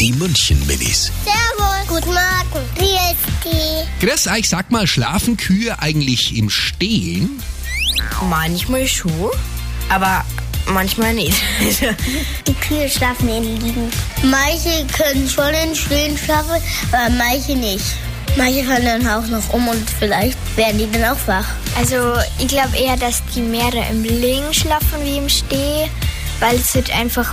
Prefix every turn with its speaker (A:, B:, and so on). A: Die München-Minis.
B: Servus. Guten Morgen. Wie ist die?
A: Chris, ah, ich sag mal, schlafen Kühe eigentlich im Stehen?
C: Manchmal schon, aber manchmal nicht.
B: Die Kühe schlafen in Liegen. Manche können schon in Stehen schlafen, aber manche nicht. Manche fallen dann auch noch um und vielleicht werden die dann auch wach.
D: Also ich glaube eher, dass die Meere im Liegen schlafen wie im Steh, weil es halt einfach